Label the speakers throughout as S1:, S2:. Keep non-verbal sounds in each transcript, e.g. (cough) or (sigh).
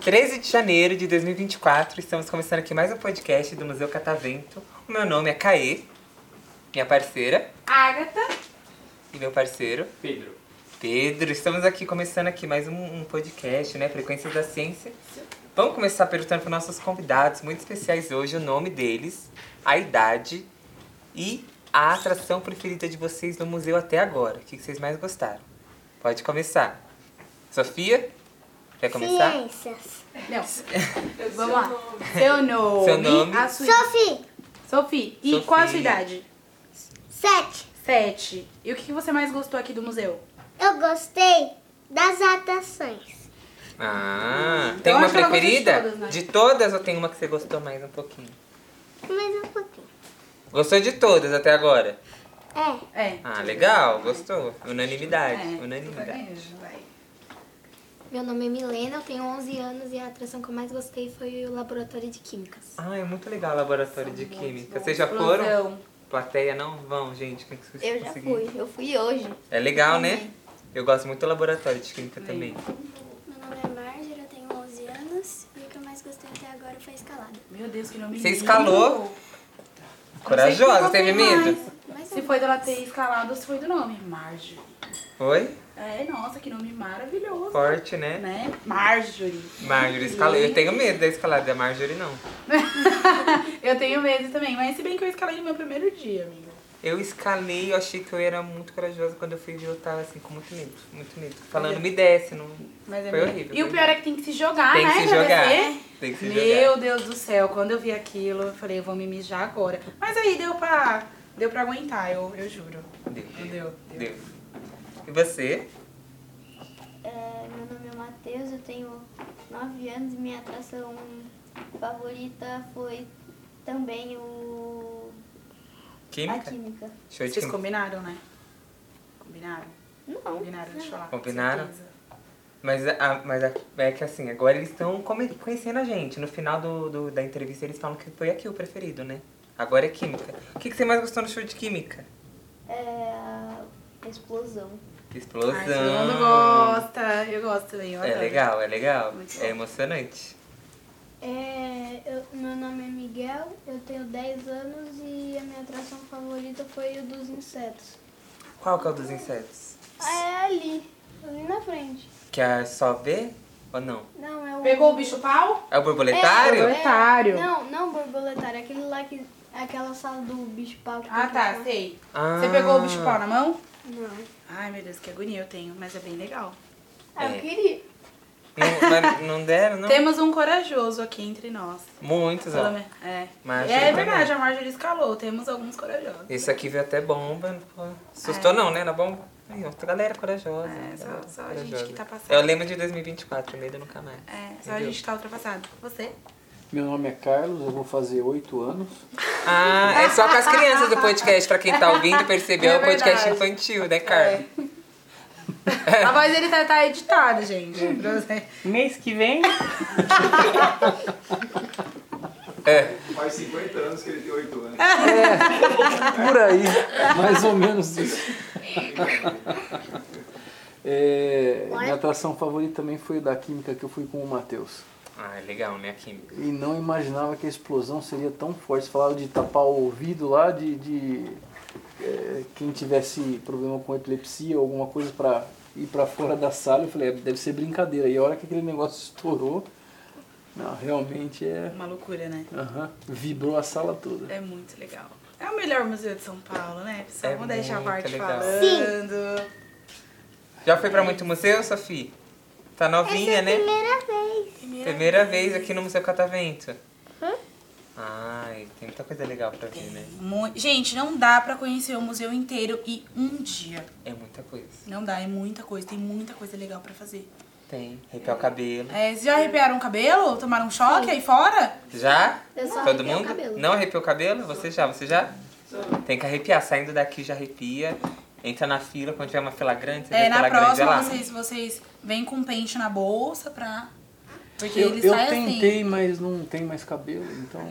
S1: 13 de janeiro de 2024, estamos começando aqui mais um podcast do Museu Catavento. O meu nome é Caê, minha parceira
S2: Agatha.
S1: e meu parceiro
S3: Pedro.
S1: Pedro. Estamos aqui começando aqui mais um, um podcast, né? Frequências da Ciência. Vamos começar perguntando para nossos convidados muito especiais hoje o nome deles, a idade e a atração preferida de vocês no museu até agora. O que que vocês mais gostaram? Pode começar. Sofia? Quer começar?
S4: Ciências.
S2: (laughs) Não. Vamos lá. Seu nome.
S1: Seu nome.
S2: A sua...
S4: Sophie,
S2: Sophie. E
S1: Sophie.
S2: qual a sua idade?
S4: sete.
S2: Sete. E o que que você mais gostou aqui do museu?
S4: Eu gostei das atrações.
S1: Ah,
S2: Então
S1: tem uma
S2: acho que ela gosta de
S1: preferida?
S2: todas, né?
S1: De todas ou tem uma que você gostou mais um pouquinho?
S4: Mais um pouquinho.
S1: Gostou de todas até agora?
S4: É.
S2: É.
S1: Ah, legal, gostou. Unanimidade,
S2: É.
S1: unanimidade.
S5: Meu nome é Milena, eu tenho 11 anos e a atração que eu mais gostei foi o laboratório de químicas.
S1: Ah, é muito legal o laboratório de química. Vocês já foram?
S2: Explosão.
S1: Plateia não vão, gente. Tem que
S5: Eu já
S1: conseguir.
S5: fui, eu fui hoje.
S1: É legal, né? Eu gosto muito do laboratório de química também.
S6: Meu nome é Marjorie, eu tenho 11 anos e o que eu mais gostei até agora foi a escalada.
S2: Meu Deus, que nome
S1: Você
S2: lindo.
S1: escalou? Corajosa, teve medo?
S6: Mas
S2: Se foi dela ter escalado, se foi do nome. Marjorie.
S1: Foi?
S2: É, nossa, que nome maravilhoso.
S1: Forte, né?
S2: Né? Marjorie. (laughs)
S1: Marjorie escalou. Eu tenho medo da escalada da Marjorie, não.
S2: Eu tenho medo também, mas se bem que eu escalei no meu primeiro dia, amiga.
S1: Eu escalei, eu achei que eu era muito corajosa. Quando eu fui ver, eu tava assim, com muito medo, muito medo. Falando, me desce, não.
S2: é Mas é
S1: Foi
S2: meio-
S1: horrível,
S2: E o
S1: foi
S2: pior é que tem que se jogar,
S1: Tem
S2: né?
S1: que se
S2: pra
S1: jogar.
S2: descer.
S1: Tem que se
S2: Meu
S1: jogar.
S2: Deus do céu, quando eu vi aquilo, eu falei, eu vou me mijar agora. Mas aí deu pra, deu pra aguentar, eu, eu juro.
S1: Deu,
S2: Deu,
S1: deu. E você?
S5: É, meu nome é Matheus, eu tenho 9 anos e minha atração favorita foi também o a
S1: Química?
S5: química.
S1: Show de
S2: Vocês
S1: química.
S2: combinaram, né? Combinaram?
S5: Não.
S2: Combinaram de falar.
S1: Combinaram?
S2: certeza.
S1: Mas, a, mas a- é que assim, agora eles estão come- conhecendo a gente. No final do, do- da entrevista eles falam que foi aqui o preferido, né? Agora é química. O que, que você mais gostou no show de química?
S5: É a explosão.
S1: Explosão.
S2: Ai, todo mundo gosta, eu gosto também. eu
S1: É
S2: adoro.
S1: legal, é legal.
S2: Muito bom.
S1: É emocionante.
S4: é eu- meu nome é Miguel, eu tenho 10 anos e a minha atração favorita foi o dos insetos.
S1: Qual que é o dos insetos?
S4: É ali, ali na frente.
S1: Que é só ver ou não?
S4: Não, é o.
S2: Pegou o bicho pau?
S1: É o borboletário?
S2: É, Borboletário.
S4: Não, não borboletário, aquele lá que. Aquela sala do bicho pau que
S2: Ah
S4: tem
S2: tá,
S4: lá.
S2: sei.
S1: Ah.
S2: Você pegou o bicho pau na mão?
S4: Não.
S2: Ai meu Deus, que agonia eu tenho, mas é bem legal.
S4: Ah,
S1: É.
S4: eu queria.
S1: Não, mas não deram, não?
S2: Temos um corajoso aqui entre nós.
S1: Muitos,
S2: Pelo
S1: ó.
S2: menos- É.
S1: Marjorie
S2: é
S1: também.
S2: verdade, a Marjorie escalou. Temos alguns corajosos. É,
S1: Esse aqui veio até bomba. não foi? Assustou não, né? Na bomba. Aí, ó, galera corajosa.
S2: É, só-
S1: galera
S2: só a gente que tá passando.
S1: Eu lembro de 2024, medo nunca mais.
S2: É, só a
S1: Entendeu?
S2: gente tá ultrapassado. Você?
S3: Meu nome é Carlos, eu vou fazer oito anos.
S1: Ah, é só com as crianças do podcast, pra quem tá ouvindo percebeu, é,
S2: É
S1: um podcast
S2: verdade.
S1: infantil, né, Carmen? É.
S2: A voz dele tá, tá editada, gente. (laughs) Pra você.
S1: Mês que vem. é,
S7: Faz 50 anos que ele tem 8 anos.
S3: Por aí, (laughs) mais ou menos isso. É, minha atração favorita também foi o da química que eu fui com o Matheus.
S1: ah, é legal, né, a química.
S3: E não imaginava que a explosão seria tão forte. Falaram de tapar o ouvido lá, de, de, é, quem tivesse problema com epilepsia ou alguma coisa pra ir pra fora da sala. Eu falei, "É, deve ser brincadeira. E a hora que aquele negócio estourou, não, realmente é.
S2: Uma loucura, né?
S3: aham, vibrou a sala toda.
S2: É muito legal. É o melhor museu de São Paulo, né? Pessoal,
S1: É
S2: vamos deixar a
S1: muito
S2: parte
S1: legal.
S2: falando.
S1: Já foi pra muito museu, Sophie? Tá novinha, né?
S4: Primeira vez.
S1: Primeira vez aqui no Museu Catavento. Ai, tem muita coisa legal pra ver, né?
S2: Mu- Gente, não dá pra conhecer o museu inteiro em um dia.
S1: É muita coisa.
S2: Não dá, é muita coisa. Tem muita coisa legal pra fazer.
S1: Tem. Arrepiar o cabelo.
S2: É, vocês já arrepiaram o cabelo? Tomaram um choque aí fora?
S1: Já?
S5: Eu só
S1: Todo
S5: arrepiei o
S1: mundo?
S5: cabelo.
S1: Não arrepiou o cabelo? Você já? Você já? Tem que arrepiar. Saindo daqui já arrepia. Entra na fila, quando tiver uma fila grande, você vê
S2: É,
S1: a
S2: na
S1: fila grande, é
S2: próxima
S1: lá.
S2: vocês, vocês vêm com pente na bolsa pra Porque
S3: Eu,
S2: ele
S3: eu
S2: sai
S3: tentei,
S2: assim.
S3: mas não tem mais cabelo, então.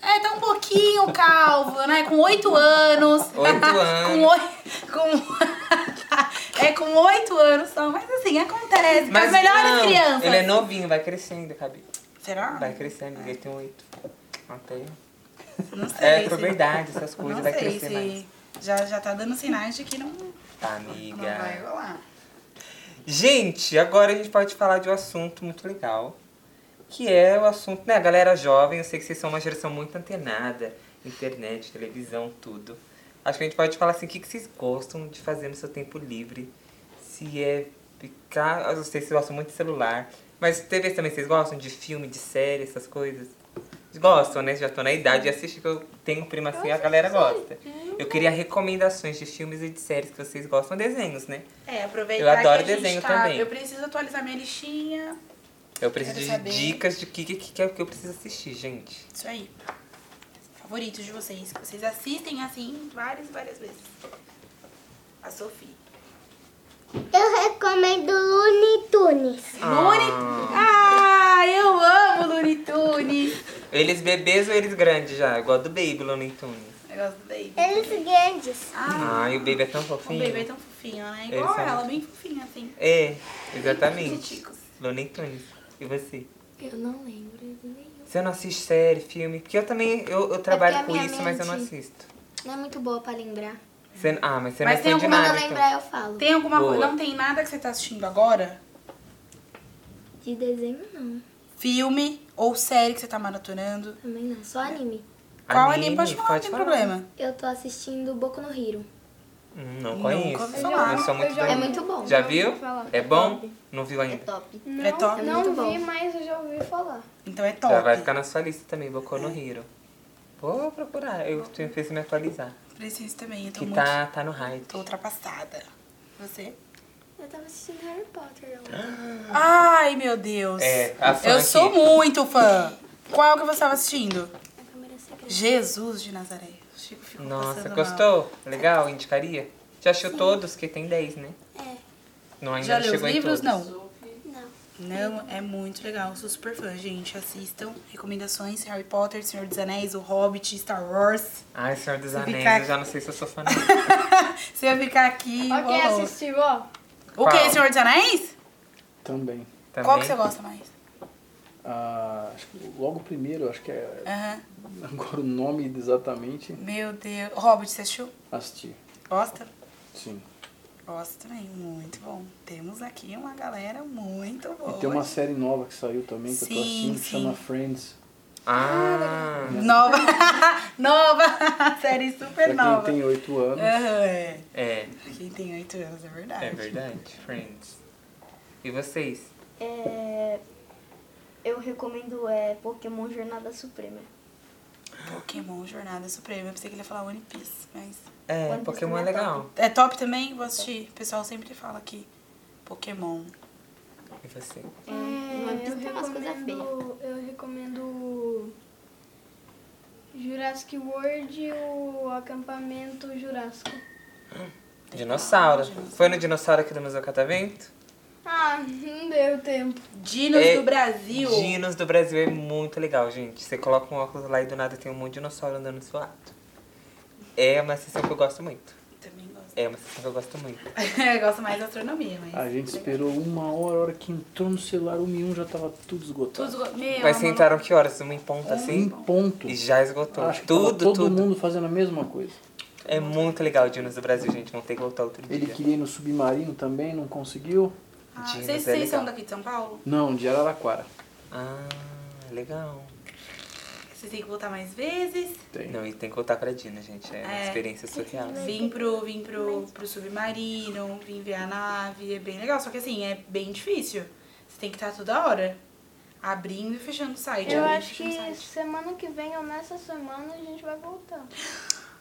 S2: É, tá um pouquinho calvo, né? Com oito anos.
S1: (laughs) Oito
S2: (laughs) com
S1: anos.
S2: oito. Com... (laughs) é com oito anos só, mas assim, acontece. com as melhores
S1: não,
S2: crianças.
S1: Ele é novinho, vai crescendo, cabelo.
S2: Será?
S1: Vai crescendo, ele tem oito. Até.
S2: Não sei.
S1: É,
S2: se-
S1: puberdade, essas coisas,
S2: Não
S1: vai
S2: sei
S1: crescer
S2: se
S1: mais.
S2: Já, já tá dando sinais de que não, não
S1: Tá, amiga.
S2: vai rolar.
S1: Gente, agora a gente pode falar de um assunto muito legal. Que é o assunto, né? A galera jovem, eu sei que vocês são uma geração muito antenada. Internet, televisão, tudo. Acho que a gente pode falar assim, o que, que vocês gostam de fazer no seu tempo livre? Se é ficar... Eu sei que vocês gostam muito de celular. Mas TV também, vocês gostam de filme, de série, essas coisas? Gostam, né? Já tô na idade de assistir, que eu tenho prima assim, a galera gosta. Eu queria recomendações de filmes e de séries que vocês gostam. Desenhos, né?
S2: É, aproveitar
S1: Eu adoro
S2: que a gente
S1: desenho
S2: tá...
S1: também.
S2: Eu preciso atualizar minha listinha.
S1: Eu preciso
S2: Quero
S1: de
S2: saber.
S1: dicas de que, que, que é o que eu preciso assistir, gente.
S2: Isso aí. Favoritos de vocês. Que vocês assistem assim várias e várias vezes. A Sophie.
S4: Eu recomendo Looney Tunes.
S1: Ah,
S2: Ah, eu amo Looney Tunes.
S1: eles bebês ou eles grandes já? Igual do Baby Looney Tunes.
S2: Negócio do Baby.
S4: Eles grandes.
S2: Ah,
S1: Ah, e o Baby é tão
S2: o
S1: fofinho.
S2: Baby é tão fofinho, né?
S1: Eles
S2: Igual
S1: são
S2: ela,
S1: muito-
S2: bem fofinha assim. (laughs)
S1: É, exatamente.
S2: Chiquiticos.
S1: Looney Tunes. E você?
S5: Eu não lembro de nenhum.
S1: Você não assiste série, filme? Porque eu também, eu,
S2: É
S1: eu trabalho com
S5: porque a minha
S1: isso, mas eu não
S5: mente-
S1: assisto.
S5: Não é muito boa pra lembrar.
S1: Você- ah, mas você
S2: Mas
S1: não
S2: tem
S1: é fã de
S2: alguma
S1: nada,
S5: Quando eu
S1: então.
S5: lembrar, eu falo.
S2: Tem alguma
S1: Boa.
S2: coisa? Não tem nada que você tá assistindo agora?
S5: De desenho, não.
S2: Filme ou série que você tá maratonando?
S5: Também não. Só anime.
S2: Qual anime? Pode falar, não tem
S1: então. falar.
S2: problema.
S5: Eu tô assistindo Boku no Hiro.
S1: Hum, não
S2: Nunca
S1: conheço.
S2: ouvi falar.
S1: Eu sou muito
S4: Eu já-
S1: do
S5: É
S1: anime.
S5: muito bom.
S1: Já
S4: já
S1: viu?
S4: ouvi falar.
S1: É bom? Não viu
S5: É
S1: ainda?
S5: top.
S4: Não,
S2: É top?
S5: É
S4: não
S5: muito
S4: vi,
S5: bom.
S4: mas eu já ouvi falar.
S2: Então é top.
S1: Já vai ficar na sua lista também, Boku no Hero. Vou procurar, eu tenho- preciso me atualizar.
S2: Preciso também, eu tô
S1: Que
S2: muito...
S1: tá, tá no hype.
S2: Tô ultrapassada. Você?
S6: Eu tava assistindo Harry Potter. ontem.
S2: Ai, meu Deus.
S1: É, a fã
S2: Eu
S1: aqui.
S2: sou muito fã. Qual que você estava assistindo?
S6: A câmera secreta.
S2: Jesus de Nazaré. O Chico ficou
S1: Nossa,
S2: passando
S1: gostou? Legal? Indicaria? Já achou todos, que tem 10, né? É. Não,
S2: mal.
S1: ainda
S2: Já
S1: não
S2: leu os
S1: chegou em
S2: livros?
S1: todos.
S2: Não.
S6: Não.
S2: Não, é muito legal. Sou super fã, gente. Assistam. Recomendações: Harry Potter, Senhor dos Anéis, O Hobbit, Star Wars. (laughs)
S1: Ai, Senhor dos
S2: Se
S1: Anéis,
S2: ficar-
S1: eu já não sei se eu sou fã. não.
S2: Você vai ficar aqui.
S4: Ó, quem
S2: uau.
S4: assistiu, ó.
S2: O que,
S1: Qual?
S2: Senhor dos Anéis?
S3: Também.
S1: Também.
S2: (laughs) Qual que você gosta mais?
S3: Ah, acho que logo primeiro, acho que é.
S2: Aham.
S3: Agora o nome exatamente.
S2: Meu Deus. Hobbit, você assistiu?
S3: Assisti.
S2: Gosta?
S3: Sim.
S2: Gosto também. Muito bom. Temos aqui uma galera muito boa.
S3: E tem uma série nova que saiu também que eu
S2: Sim,
S3: tô assistindo que
S2: sim. É
S3: chama Friends.
S1: Ah,
S2: Nova. (laughs) nova. Série super
S3: Pra
S2: nova.
S3: quem tem 8 anos.
S2: Aham, é.
S1: é.
S2: Pra Quem tem 8 anos, é verdade.
S1: É verdade. Friends. E vocês?
S5: É, eu recomendo é, Pokémon Jornada Suprema.
S2: Pokémon Jornada Suprema. Eu pensei que ele ia falar One Piece, mas.
S1: É,
S5: Quando
S1: Pokémon é
S5: você mata
S1: legal.
S2: É top também? Vou assistir. O pessoal sempre fala aqui. Pokémon.
S1: E você?
S5: One Piece
S4: É, eu,
S5: tem umas coisas feias.
S4: recomendo, eu recomendo Jurassic World e o acampamento Jurássico.
S1: Dinossauro. Foi no dinossauro aqui do Museu Catavento?
S4: Ah, não deu tempo.
S2: Dinos
S1: É,
S2: do Brasil.
S1: Dinos do Brasil é muito legal, gente. Você coloca um óculos lá e do nada tem um monte de dinossauro andando no seu lado. É uma sessão que eu gosto muito.
S2: Também gosto. (laughs)
S1: É uma sessão que eu gosto muito.
S2: eu gosto mais da astronomia, mas.
S3: A gente esperou uma hora, a hora que entrou no celular, um e um já tava tudo esgotado.
S2: Tudo. go- Meu,
S1: Mas
S2: é uma
S1: sentaram que horas? Uma em ponta
S3: Em
S1: assim?
S3: ponto.
S1: E já esgotou.
S3: É um Acho que tava
S1: tá tudo,
S3: todo
S1: tudo.
S3: mundo fazendo a mesma coisa.
S1: É muito legal o Dinos do Brasil, gente. Vão ter que voltar outro
S3: Ele
S1: dia.
S3: queria ir no submarino também, não conseguiu.
S2: Ah,
S1: Dinos
S2: vocês
S1: é
S2: vocês são
S1: legal.
S2: daqui de São Paulo?
S3: Não, de Araraquara.
S1: Ah, legal.
S2: Vocês têm que voltar mais vezes?
S3: Tem.
S1: Não, e tem que voltar pra Dina, gente. É uma
S2: É.
S1: experiência surreal.
S2: Vim pro, vim pro, pro submarino, vim ver a nave, é bem legal. Só que assim, é bem difícil. Você tem que estar toda hora abrindo e fechando o site.
S4: Eu
S2: abrindo e
S4: acho
S2: fechando o
S4: que
S2: site.
S4: semana que vem ou nessa semana a gente vai voltar.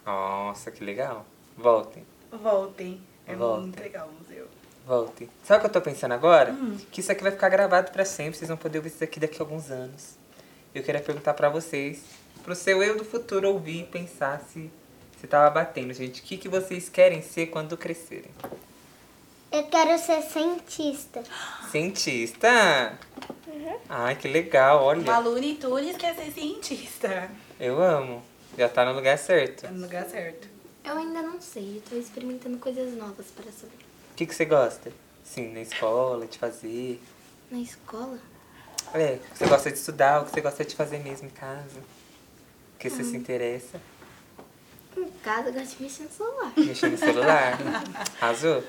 S1: Nossa, que legal. Voltem.
S2: Voltem. É
S1: Voltem.
S2: muito legal o museu.
S1: Voltem. Sabe o que eu tô pensando agora? Que isso aqui vai ficar gravado pra sempre, vocês vão poder ouvir isso daqui daqui a alguns anos. Eu queria perguntar pra vocês, pro seu eu do futuro ouvir e pensar se se tava batendo, gente. O que, que vocês querem ser quando crescerem?
S4: Eu quero ser cientista.
S1: Cientista?
S5: professora.
S1: Ai, que legal, olha.
S2: Malune Tunes quer ser cientista.
S1: Eu amo. Já tá no lugar certo.
S2: Tá no lugar certo.
S6: Eu ainda não sei, eu tô experimentando coisas novas para saber.
S1: O que, que você gosta? Sim, na escola, de fazer.
S6: Na escola?
S1: É, o que você gosta de estudar, o que você gosta de fazer mesmo em casa. O que você se interessa.
S6: Em casa eu gosto de mexer no celular.
S1: Mexer no celular. Arrasou?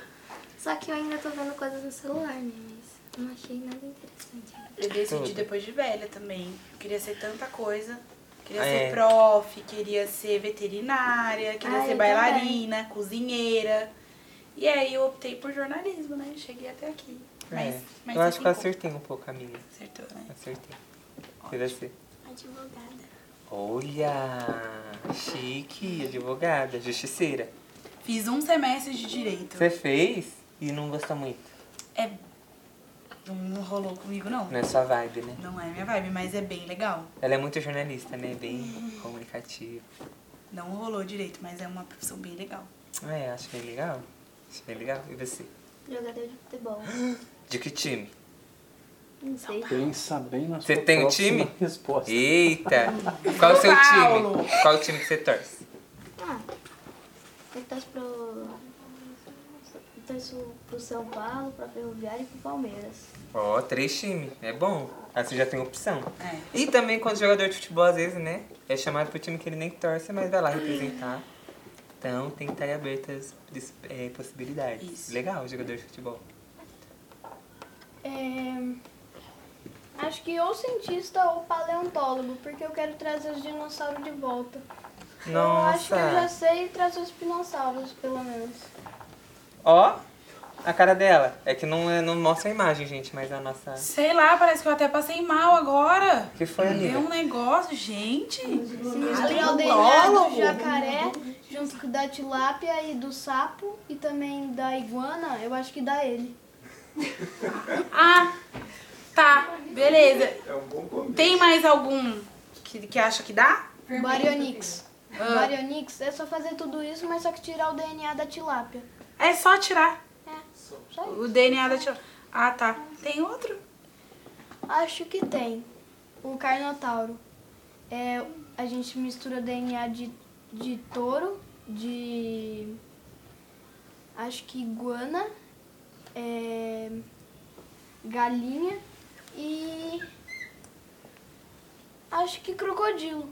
S6: Só que eu ainda tô vendo coisas no celular, né? Mas não achei nada interessante.
S2: Eu decidi
S1: Tudo.
S2: depois de velha também. Queria ser tanta coisa. Queria
S1: Ah, é.
S2: ser prof, queria ser veterinária, queria
S5: Ah,
S2: ser
S5: eu
S2: bailarina, cozinheira. E aí eu optei por jornalismo, né? Cheguei até aqui. Mas,
S1: é.
S2: mas
S1: eu acho que eu
S2: ficou.
S1: acertei um pouco a minha.
S2: Acertou, né?
S1: Acertei. E você?
S6: Advogada.
S1: Olha! Chique, advogada, justiceira.
S2: Fiz um semestre de direito.
S1: Você fez e não gostou muito.
S2: É. Não rolou comigo, não.
S1: Não é sua vibe, né?
S2: Não é minha vibe, mas é bem legal.
S1: Ela é muito jornalista, né? Bem
S2: Uhum.
S1: comunicativa.
S2: Não rolou direito, mas é uma profissão bem legal.
S1: É, acho bem legal. Acho bem legal. E você?
S5: Jogador de futebol.
S1: De que time?
S5: Não sei.
S3: Pensa bem na
S1: Você
S3: sua
S1: tem um
S3: próxima
S1: time?
S3: resposta.
S1: Eita! Qual o seu
S2: Paulo!
S1: time? Qual o time que você torce?
S5: Ah, eu torço pro. Eu torço pro São Paulo, pra Ferroviária e pro Palmeiras.
S1: Ó, três times. É bom. Aí você já tem opção.
S2: É.
S1: E também quando jogador de futebol, às vezes, né? É chamado pro time que ele nem torce, mas vai lá representar. Então tem que estar abertas é, possibilidades.
S2: Isso.
S1: Legal, jogador de futebol.
S4: É, acho que ou cientista ou paleontólogo, porque eu quero trazer os dinossauros de volta. Eu acho que eu já
S1: Nossa!
S4: sei trazer os dinossauros, pelo menos.
S1: Ó, a cara dela. É que não, é- não mostra a imagem, gente, mas a nossa.
S2: Sei lá, parece que eu até passei mal agora.
S1: O que foi,
S2: Deu
S1: amiga?
S2: um negócio, gente. um
S4: Se
S2: Ah,
S4: misturar o DNA do
S2: Paleontólogo?
S4: jacaré junto com o da tilápia e do sapo e também da iguana, eu acho que dá ele.
S2: Ah, tá. Beleza.
S7: É um bom começo.
S2: Tem mais algum que, que acha que dá?
S4: Baryonyx.
S2: Ah.
S4: Baryonyx é só fazer tudo isso, mas só que tirar o DNA da tilápia.
S2: É só tirar
S4: Só isso.
S2: o DNA da tia. Ah, tá. Tem outro?
S4: Acho que tem. O carnotauro. É, a gente mistura DNA de, de touro, de. Acho que iguana, é, galinha e. Acho que crocodilo.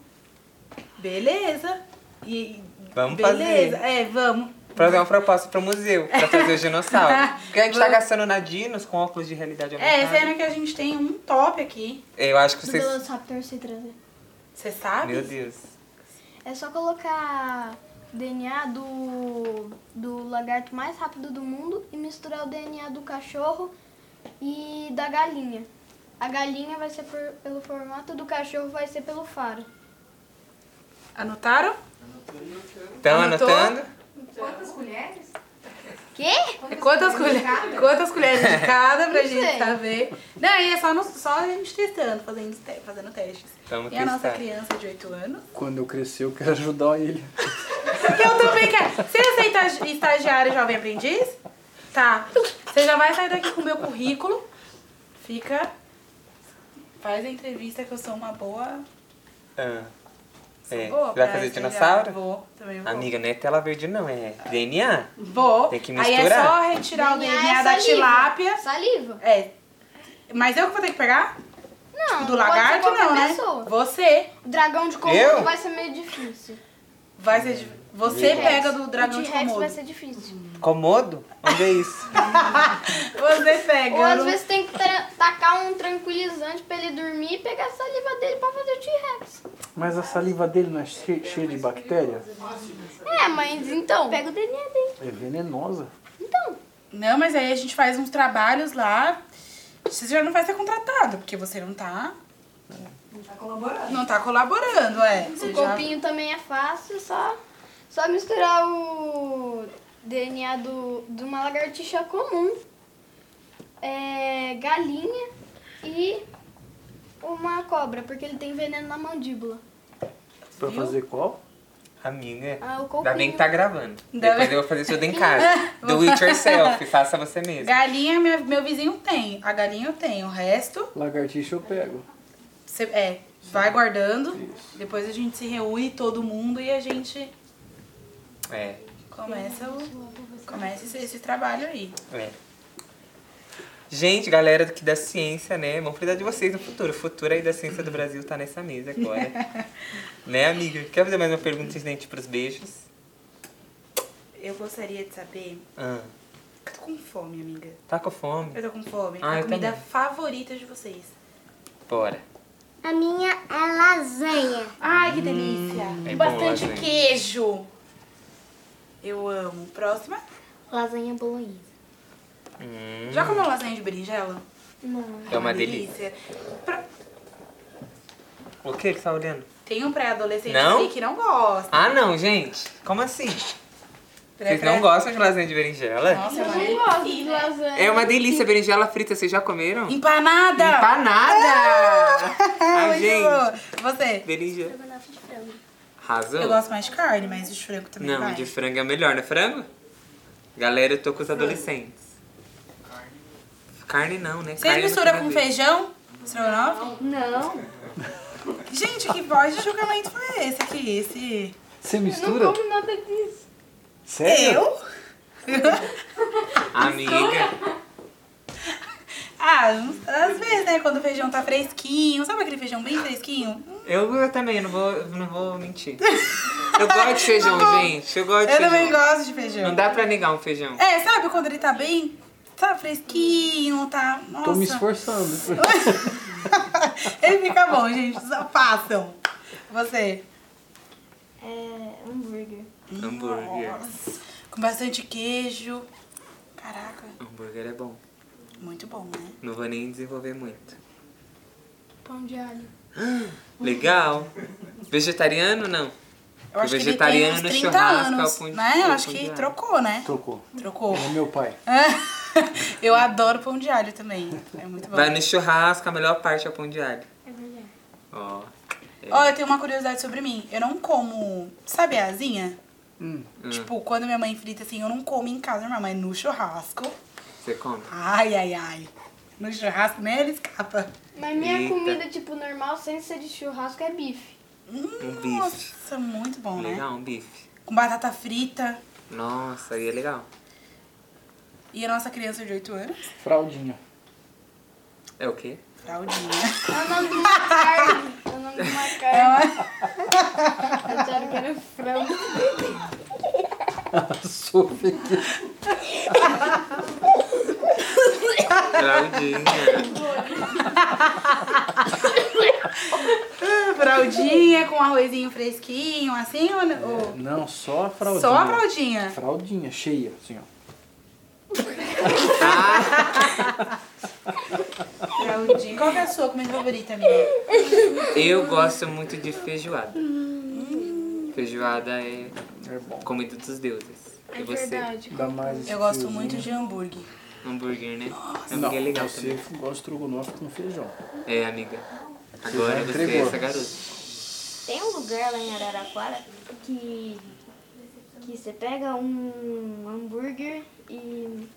S2: Beleza. E,
S1: Vamos
S2: beleza.
S1: fazer.
S2: É, vamos.
S1: Pra dar uma proposta pro museu, pra trazer os dinossauros.
S2: (laughs)
S1: Porque a gente tá
S2: Vamos.
S1: gastando na Dinos com óculos de realidade
S2: É,
S1: aumentada.
S2: vendo que a gente tem um top aqui.
S1: Eu acho que
S4: Do
S1: vocês.
S4: Velociraptor se trazer.
S2: Você sabe?
S1: Meu Deus.
S4: É só colocar DNA do, do lagarto mais rápido do mundo e misturar o DNA do cachorro e da galinha. A galinha vai ser por- pelo formato, do cachorro vai ser pelo faro.
S2: Anotaram?
S1: Estão
S2: Anotou?
S1: anotando?
S4: Quê?
S2: É Quantas, colheres, quantas
S1: (laughs)
S2: colheres de cada pra
S4: Não
S2: gente
S4: sei.
S2: saber? Não, e é só, no- só a gente testando, fazendo, te- fazendo testes.
S1: Vamos
S2: e a nossa
S1: testar.
S2: criança de 8 anos.
S3: Quando eu crescer, eu quero ajudar ele.
S2: Que eu também quero. Você é aceita estagiário estagiário jovem aprendiz? Tá. Você já vai sair daqui com o meu currículo. Fica. Faz a entrevista que eu sou uma boa.
S1: Ah. É.
S2: boa
S1: Você vai
S2: pra
S1: fazer
S2: estagiário.
S1: dinossauro?
S2: Vou, também vou.
S1: Amiga, não é tela verde não, é DNA.
S2: Vou.
S1: Tem que
S2: Aí é
S1: misturar.
S2: só retirar
S4: DNA
S2: o
S4: é
S2: DNA da
S4: saliva.
S2: tilápia.
S4: Saliva?
S2: É. Mas eu que vou ter que pegar?
S4: Não,
S2: Do lagarto,
S4: pode ser
S2: não,
S4: qualquer
S2: né?
S4: pessoa.
S2: Você.
S4: O dragão de Komodo
S1: Eu?
S4: vai ser meio difícil.
S2: Vai ser. de- Você pega do dragão
S4: o
S2: de
S4: T-Rex vai
S2: Komodo.
S4: ser difícil.
S1: Comodo? Onde é isso?
S2: Você pega.
S4: Ou às
S2: no-
S4: vezes tem que tra- tacar um tranquilizante pra ele dormir e pegar a saliva dele pra fazer o T-Rex.
S3: Mas a saliva dele não é che- cheia de bactéria?
S4: É, mas então.
S5: Pega o DNA dele.
S3: É venenosa.
S2: Não, mas aí a gente faz uns trabalhos lá. Você já não vai ser contratado, porque você não tá. Não tá colaborando. Não tá colaborando, é. Você
S4: O
S2: já-
S4: copinho também é fácil, só, só misturar o DNA do, de uma lagartixa comum, é, galinha e uma cobra, porque ele tem veneno na mandíbula.
S3: Pra
S2: Viu?
S3: fazer qual?
S1: A minha.
S4: Ah, eu
S1: Ainda bem que tá gravando.
S2: Ainda
S1: Depois
S2: bem.
S1: eu vou fazer tudo em casa.
S2: (laughs)
S1: Do it yourself, faça você mesmo.
S2: Galinha, minha- meu vizinho tem. A galinha eu tenho. O resto,
S3: Lagartixa eu pego.
S2: cê- é, vai guardando.
S3: Isso.
S2: Depois a gente se reúne todo mundo e a gente
S1: É,
S2: começa, o, começa esse, esse trabalho aí.
S1: é. Gente, galera que da ciência, né? Vamos cuidar de vocês no futuro. O futuro aí da ciência do Brasil tá nessa mesa
S2: (laughs)
S1: agora. né, amiga? Quer fazer mais uma pergunta incidente pros beijos?
S2: Eu gostaria de saber.
S1: Ah,
S2: Eu tô com fome, amiga.
S1: tá com fome?
S2: Eu tô com fome.
S1: Ah,
S2: a
S1: eu
S2: comida
S1: também.
S2: favorita de vocês.
S1: Bora.
S6: A minha é lasanha.
S2: Ai, que delícia!
S1: é bom,
S2: Com Bastante
S1: lasanha.
S2: queijo! Eu amo. Próxima.
S6: Lasanha bolonhesa.
S1: Hum,
S2: Já comeu lasanha de berinjela?
S6: Não.
S1: é uma delícia.
S2: Pra-
S1: O que que tá olhando?
S2: Tem um pré-adolescente
S1: Não?
S2: aqui que não gosta.
S1: Ah, não, gente. Como assim?
S2: Pré-
S1: Vocês não
S2: pré-
S1: gostam de lasanha de berinjela?
S2: Nossa, é
S4: Eu
S2: uma
S4: não
S2: delícia.
S4: gosto de lasanha.
S1: É uma delícia, berinjela frita. Vocês já comeram?
S2: Empanada!
S1: Empanada! Ai,
S2: Ah! Muito
S1: gente.
S2: boa. Você?
S1: Berinjela.
S6: Estrogonofe de frango.
S1: Razão?
S2: Eu gosto mais de carne, mas de frango também
S1: Não,
S2: vai.
S1: de frango é melhor, né? Frango? Galera, eu tô com os adolescentes. Carne não, né?
S2: Vocês
S1: Carne não
S2: misturam
S1: tem
S2: com
S1: nada a ver.
S2: feijão? Estrogonofe?
S5: Não.
S2: Gente, que voz de julgamento foi esse aqui? Esse...
S3: Você
S5: Não
S3: mistura?
S5: como nada disso.
S3: Sério?
S1: Amiga.
S2: Ah, não- às vezes, né? Quando o feijão tá fresquinho. Sabe aquele feijão bem fresquinho?
S1: Eu, eu também, não vou, não vou
S2: (laughs)
S1: mentir. Eu gosto de feijão, gente. Eu
S3: É
S1: gosto de
S2: Eu
S1: feijão.
S2: também gosto de feijão.
S1: Não dá pra negar um feijão.
S2: É, sabe quando ele tá bem... Tá fresquinho, tá... Nossa.
S3: Tô me esforçando.
S2: (laughs) ele fica bom, gente. Só façam. Você.
S5: É hambúrguer.
S1: Hambúrguer.
S2: Nossa. Com bastante queijo. Caraca,
S1: Hambúrguer é bom.
S2: muito bom, né?
S1: Não vou nem desenvolver muito.
S4: Pão de alho.
S2: (laughs)
S1: Legal. Vegetariano, não?
S2: Eu acho que ele tem
S1: Vegetariano, é
S2: uns 30
S1: churrasco,
S2: anos,
S1: pão de-
S2: né? Eu acho
S1: pão
S2: que
S1: de alho.
S2: trocou, né?
S3: Trocou.
S2: Trocou. (laughs)
S3: É meu pai.
S2: Eu adoro pão de alho também. É muito bom.
S1: Vai no churrasco, a melhor parte é o pão de alho.
S6: É verdade.
S1: Ó.
S2: Ó, eu tenho uma curiosidade sobre mim. Eu não como, sabe a asinha?
S3: Hum.
S2: Tipo, quando minha mãe frita assim, eu não como em casa normal, mas no churrasco.
S1: Você come?
S2: Ai, ai, ai. No churrasco nem ele escapa.
S4: Mas minha
S1: Eita.
S4: comida, tipo, normal, sem ser de churrasco, é bife.
S1: Um bife.
S2: Nossa, muito bom, né?
S1: Legal, um bife.
S2: Com batata frita.
S1: Nossa, aí é legal.
S2: E a nossa criança de 8 anos?
S3: Fraldinha. (laughs)
S1: É o quê?
S2: Fraldinha. (laughs)
S4: É o nome de uma carne. É o nome de uma carne. Eu achava que era frango.
S3: Sophie Tá aqui.
S1: Claudinha.
S2: Fraldinha com arrozinho fresquinho, assim ou não? Ou
S3: Não, só a fraldinha.
S2: Só a fraldinha.
S3: Fraldinha, cheia, assim, ó.
S2: Fraldinha. Qual que é a sua comida favorita, amiga?
S1: Eu gosto muito de feijoada. Feijoada é
S3: É bom.
S1: comida dos deuses. E
S4: É
S1: você?
S4: verdade.
S3: Dá mais
S2: Eu gosto
S3: friozinho.
S2: muito de hambúrguer.
S1: Hambúrguer, né?
S3: Não,
S1: Hambúrguer é legal
S3: você gosta de estrogonofe com feijão.
S1: também. É, amiga. Agora
S3: já
S1: você é
S3: entregou.
S1: essa garota.
S5: Tem um lugar lá em Araraquara que, que você pega um hambúrguer e.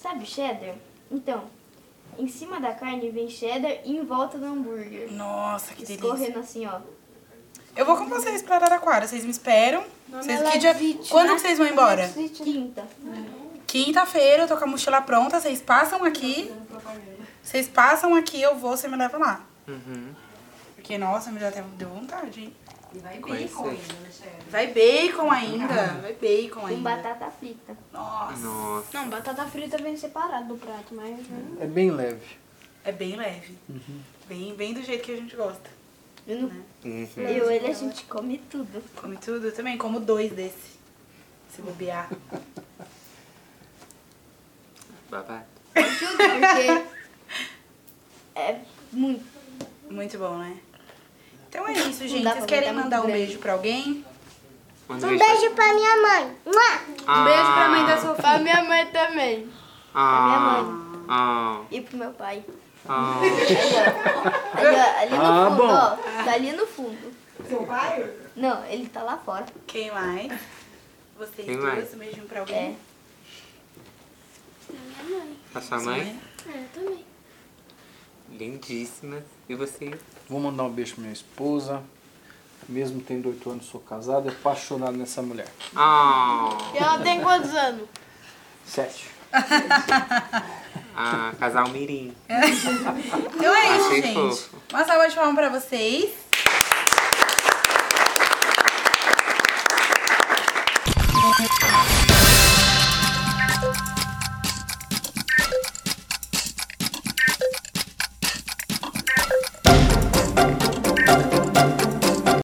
S5: Sabe, cheddar? Então, em cima da carne vem cheddar e em volta do hambúrguer.
S2: Nossa, que delícia.
S5: Escorrendo assim, ó.
S2: Eu vou com vocês pra Araraquara, vocês me esperam. Vocês, que dia...
S4: Leipzig,
S2: Quando
S4: né?
S2: que vocês vão embora?
S5: Quinta.
S2: Quinta-feira, eu tô com a mochila pronta, vocês passam aqui. Vocês passam aqui, eu vou, você me leva lá.
S1: Uhum.
S2: Porque, nossa, me já até deu vontade, hein?
S1: Conhecer.
S2: Vai bacon ainda, vai bacon
S5: né, Com
S2: ainda.
S5: batata frita.
S2: Nossa,
S1: Nossa.
S4: Não, batata frita vem separado do prato, mas...
S3: É bem leve.
S2: é bem leve. Bem, bem do jeito que a gente gosta.
S5: Eu, não-
S1: Uhum.
S5: eu ele a gente come tudo.
S2: Come tudo, eu também como dois desse. Se bobear.
S1: Babado.
S5: Tudo porque é muito.
S2: Muito bom, né? Então é isso, gente.
S5: dá
S2: Vocês
S5: pra
S2: querem
S5: botar
S2: mandar um
S5: muito grande.
S2: beijo pra alguém?
S1: Manda
S6: Um beijo pra minha mãe. Mua!
S1: Ah,
S4: Um Beijo pra mãe da Sofia. Pra minha mãe também.
S1: Ah,
S5: Pra minha
S1: ah,
S5: E pro meu pai.
S1: ah.
S5: Ali, ó, ali no
S3: Ah,
S5: fundo,
S3: bom.
S5: ó. Tá ali no fundo. Não, ele tá lá fora.
S2: Quem mais? Vocês
S1: Quem
S2: duas,
S1: mais?
S2: um beijinho pra
S5: É.
S2: alguém.
S6: Da minha mãe.
S1: A sua mãe?
S6: Ah, eu também.
S1: Lindíssima. E você?
S3: Vou mandar um beijo pra minha esposa. Mesmo tendo oito anos, sou casado, apaixonado nessa mulher.
S1: Ah,
S4: E ela tem quantos anos?
S3: Sete.
S1: ah casal Mirim.
S2: Então é isso,
S1: Achei
S2: gente.
S1: fofo.
S2: Então é Uma salva de palmas pra vocês.